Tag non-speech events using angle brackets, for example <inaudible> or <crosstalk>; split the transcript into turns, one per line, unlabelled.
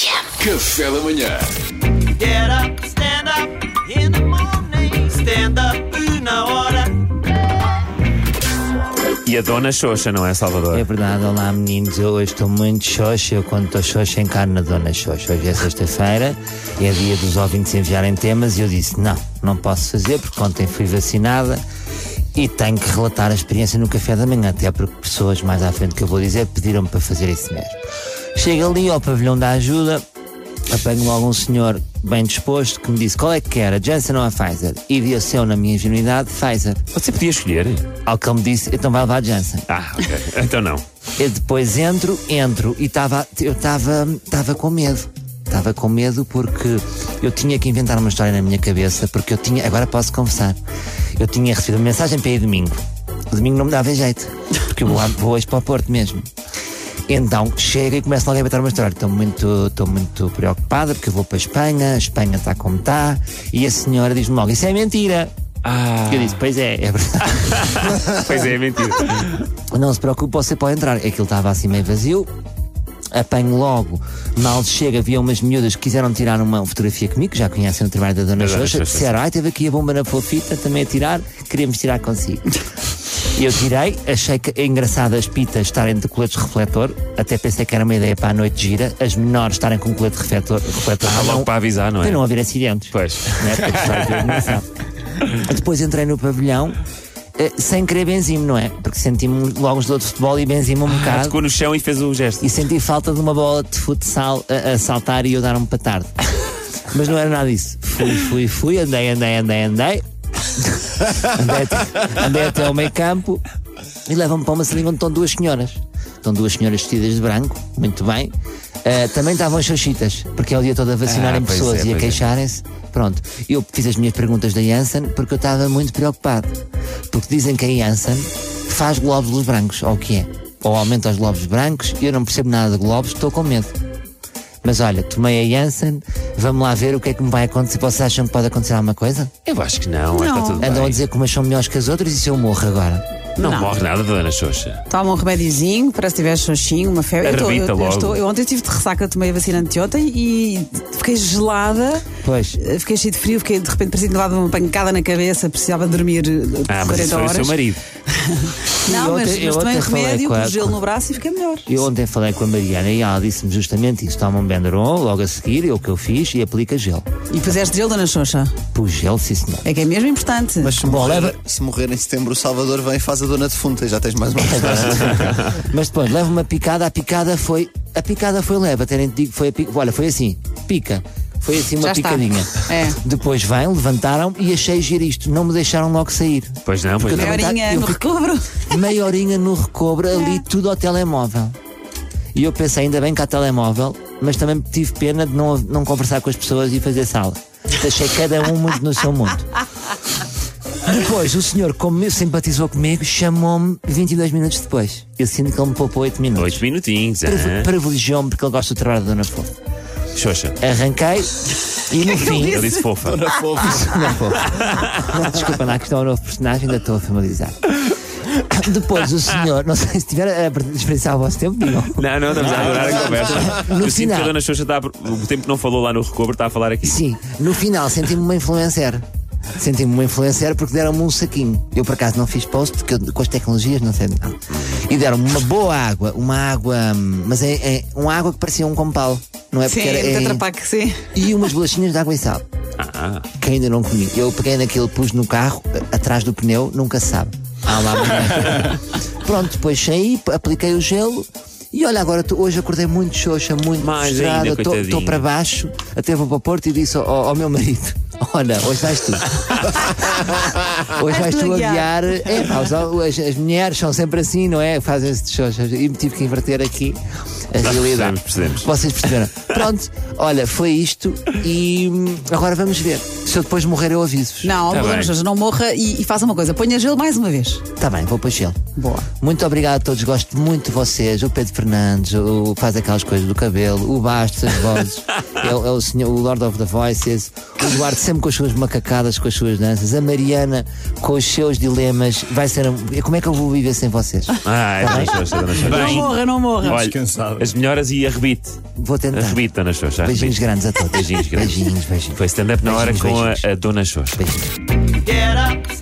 Café da manhã.
Get up, stand up in the morning. Stand up na hora.
E a dona Xoxa, não é, Salvador?
É verdade, olá meninos, eu hoje estou muito xoxa, eu quando estou xoxa encarno na Dona Xoxa. Hoje é sexta-feira, é dia dos ouvintes enviarem temas e eu disse, não, não posso fazer porque ontem fui vacinada e tenho que relatar a experiência no café da manhã, até porque pessoas mais à frente que eu vou dizer pediram-me para fazer isso mesmo. Chego ali ao pavilhão da ajuda, apanho logo um senhor bem disposto que me disse qual é que era, Janssen ou a Pfizer? E vi eu, na minha ingenuidade, Pfizer.
Você podia escolher.
Ao que ele me disse, então vai levar a Janssen.
Ah, ok. então não.
Eu depois entro, entro e estava eu estava estava com medo. Estava com medo porque eu tinha que inventar uma história na minha cabeça, porque eu tinha, agora posso confessar, eu tinha recebido uma mensagem para ir domingo. O domingo não me dava jeito, porque eu vou, lá- vou hoje para o Porto mesmo. Então chega e começa logo a inventar uma história. Estou muito, estou muito preocupada porque eu vou para a Espanha, a Espanha está como está, e a senhora diz-me logo: Isso é mentira.
Ah,
Eu disse: Pois é, é verdade.
pois é, é mentira.
Não se preocupe, você pode entrar. Aquilo estava assim meio vazio. Apanho logo, mal chega, havia umas miúdas que quiseram tirar uma fotografia comigo, que já conhecem o trabalho da Dona
Da Dona
Xoxa,
Xoxa,
disseram, ai, teve aqui a bomba na fofita, também a tirar, queríamos tirar consigo. E Eu tirei, achei que é engraçado as pitas estarem de coletes de refletor, até pensei que era uma ideia para a noite gira, as menores estarem com colete de refletor, refletor
Ah,
para
logo
não-
para avisar, não
para não
é?
haver acidentes
Pois.
né? Porque sabe que eu não sabe. <laughs> Depois entrei no pavilhão eh, sem querer benzimo, não é? Porque senti-me logo um jogador de futebol e benzimo um
Ah,
bocado.
tocou no chão e fez o gesto.
E senti falta de uma bola de futsal a, a saltar e eu dar um patardo. <laughs> Mas não era nada disso. Fui, fui, fui, andei, andei, andei, andei. andei, até, andei até ao meio campo e levam-me para uma salinha onde estão duas senhoras. Estão duas senhoras vestidas de branco, muito bem. Ah, também estavam as xoxitas, porque é o dia todo a vacinarem
Ah, pois é,
pessoas e a
pois é.
queixarem-se. Pronto, eu fiz as minhas perguntas da Janssen porque eu estava muito preocupado. Porque dizem que a Janssen faz glóbulos brancos, ou o que é? Ou aumenta os glóbulos brancos, eu não percebo nada de glóbulos, estou com medo. Mas olha, tomei a Janssen, vamos lá ver o que é que me vai acontecer. Vocês acham que pode acontecer alguma coisa?
Eu acho que não, acho que está tudo bem.
Andam a dizer que umas são melhores que as outras e se eu morro agora?
Não,
Não.
morre nada da dona Xoxa.
Toma um remédiozinho para se tiver xoxinho, uma febre. Eu, tô- eu,
Arrebita
eu
logo.
estou- eu ontem tive de ressaca, tomei a vacina anteontem e fiquei gelada,
Pois.
eh, fiquei cheio de frio, fiquei de repente parecia que levava uma pancada na cabeça, precisava dormir eh,
Ah, mas
40
isso foi o
horas.
seu marido.
Não,
Eu
mas,
ontem- eu
mas tomei
ontem
um
falei
remédio,
com a-
pus gelo no braço e fiquei melhor.
Eu ontem falei com a Mariana e ela disse-me justamente isso: toma um Benderon, logo a seguir, é o que eu fiz e aplica gel.
E puseste gelo, dona Xoxa.
Pus gel, sim senhor. <laughs>
É que é mesmo importante.
Mas se
Bom,
morrer,
leva-
se morrer em setembro, o Salvador vem e faz a dona defunta. Já tens mais uma personagem.
Mas depois leva uma picada, a picada foi. A picada foi leve, até nem te digo que foi a pica. Olha, foi assim, pica. Foi assim uma
Já está.
picadinha.
É.
Depois vêm, levantaram e achei giro isto. Não me deixaram logo sair.
Pois não, pois
Porque
não.
eu
Marinha
eu
É no
fico-
recobro.
Meia horinha no recobro, ali tudo ao telemóvel. E eu pensei, ainda bem que há telemóvel, mas também tive pena de não, não conversar com as pessoas e fazer sala. Deixei cada um muito no seu mundo. Depois, o senhor, como me simpatizou comigo, chamou-me 22 minutos depois. Eu sinto que ele me poupou 8 minutos.
Oito minutinhos.
Privi-
aham.
Privilegiou-me porque ele gosta do trabalho da Dona Fofa.
Xoxa.
Arranquei e no fim.
Ele disse fofa.
Dona Fofa.
Não, pô. Desculpa lá que isto é um novo personagem, ainda estou a familiarizar. Depois o senhor, não sei se tiver a desperdiçar o vosso tempo, digam.
<laughs> Não, não, estamos a adorar a conversa.
No
Eu sinto que a
final.
dona Xoxa está. a- O tempo que não falou lá no recobro está a falar aqui. Tá,
Sim, no final senti-me uma influencer. Senti-me uma influencer porque deram-me um saquinho. Eu por acaso não fiz post, porque eu- com as tecnologias não sei. de nada. E deram-me uma boa água, uma água, hum, mas é, é uma água que parecia um compal. Não é
Sim,
porque era.
é...
em-
atrapar que sim.
e umas bolachinhas de água e sal.
Ah,
que ainda não comi. Eu peguei naquilo, pus no carro, a- atrás do pneu, nunca se sabe. Ah, lá, amanhã. <laughs> Pronto, depois saí, p- apliquei o gelo. E olha, agora tô- hoje acordei muito xoxa, muito
Mais
frustrada,
ainda,
estou
coitadinho.
para baixo, até vou para o Porto e disse ao, ao meu marido: Olha, hoje vais
<laughs>
tu. hoje vais tu a guiar. É, pá, os- as, as mulheres são sempre assim, não é? Fazem-se de xoxas. E me tive que inverter aqui a realidade.
tá, percebemos, percebemos.
Vocês perceberam? Pronto, olha, foi isto e hum, agora vamos ver. se eu depois morrer, eu aviso-vos.
Não,
Tá
Pedro
bem.
Jorge, não morra e, e faça uma coisa. Ponha gelo mais uma vez.
Está Tá bem, vou para o gelo.
Boa.
Muito obrigado a todos, gosto muito de vocês. O Pedro Fernandes, o que faz aquelas coisas do cabelo, o Bastas, vozes, é, o- é o, senhor, o Lord of the Voices, o Eduardo sempre com as suas macacadas, com as suas danças, a Mariana com os seus dilemas. Vai ser. um- Como é que eu vou viver sem vocês?
Ah, é Dona Xoxa, Dona Xoxa.
Não morra, não morra.
Olha,
Descansada.
as melhoras e arrebite.
Vou tentar.
Arrebite, Dona Xoxa. arrebite.
Beijinhos grandes a todos.
Beijinhos grandes.
Beijinhos, beijinhos.
Foi stand-up na hora
Beijinhos,
com a,
beijinhos.
a Dona Xoxa.
Beijinhos.
Get up,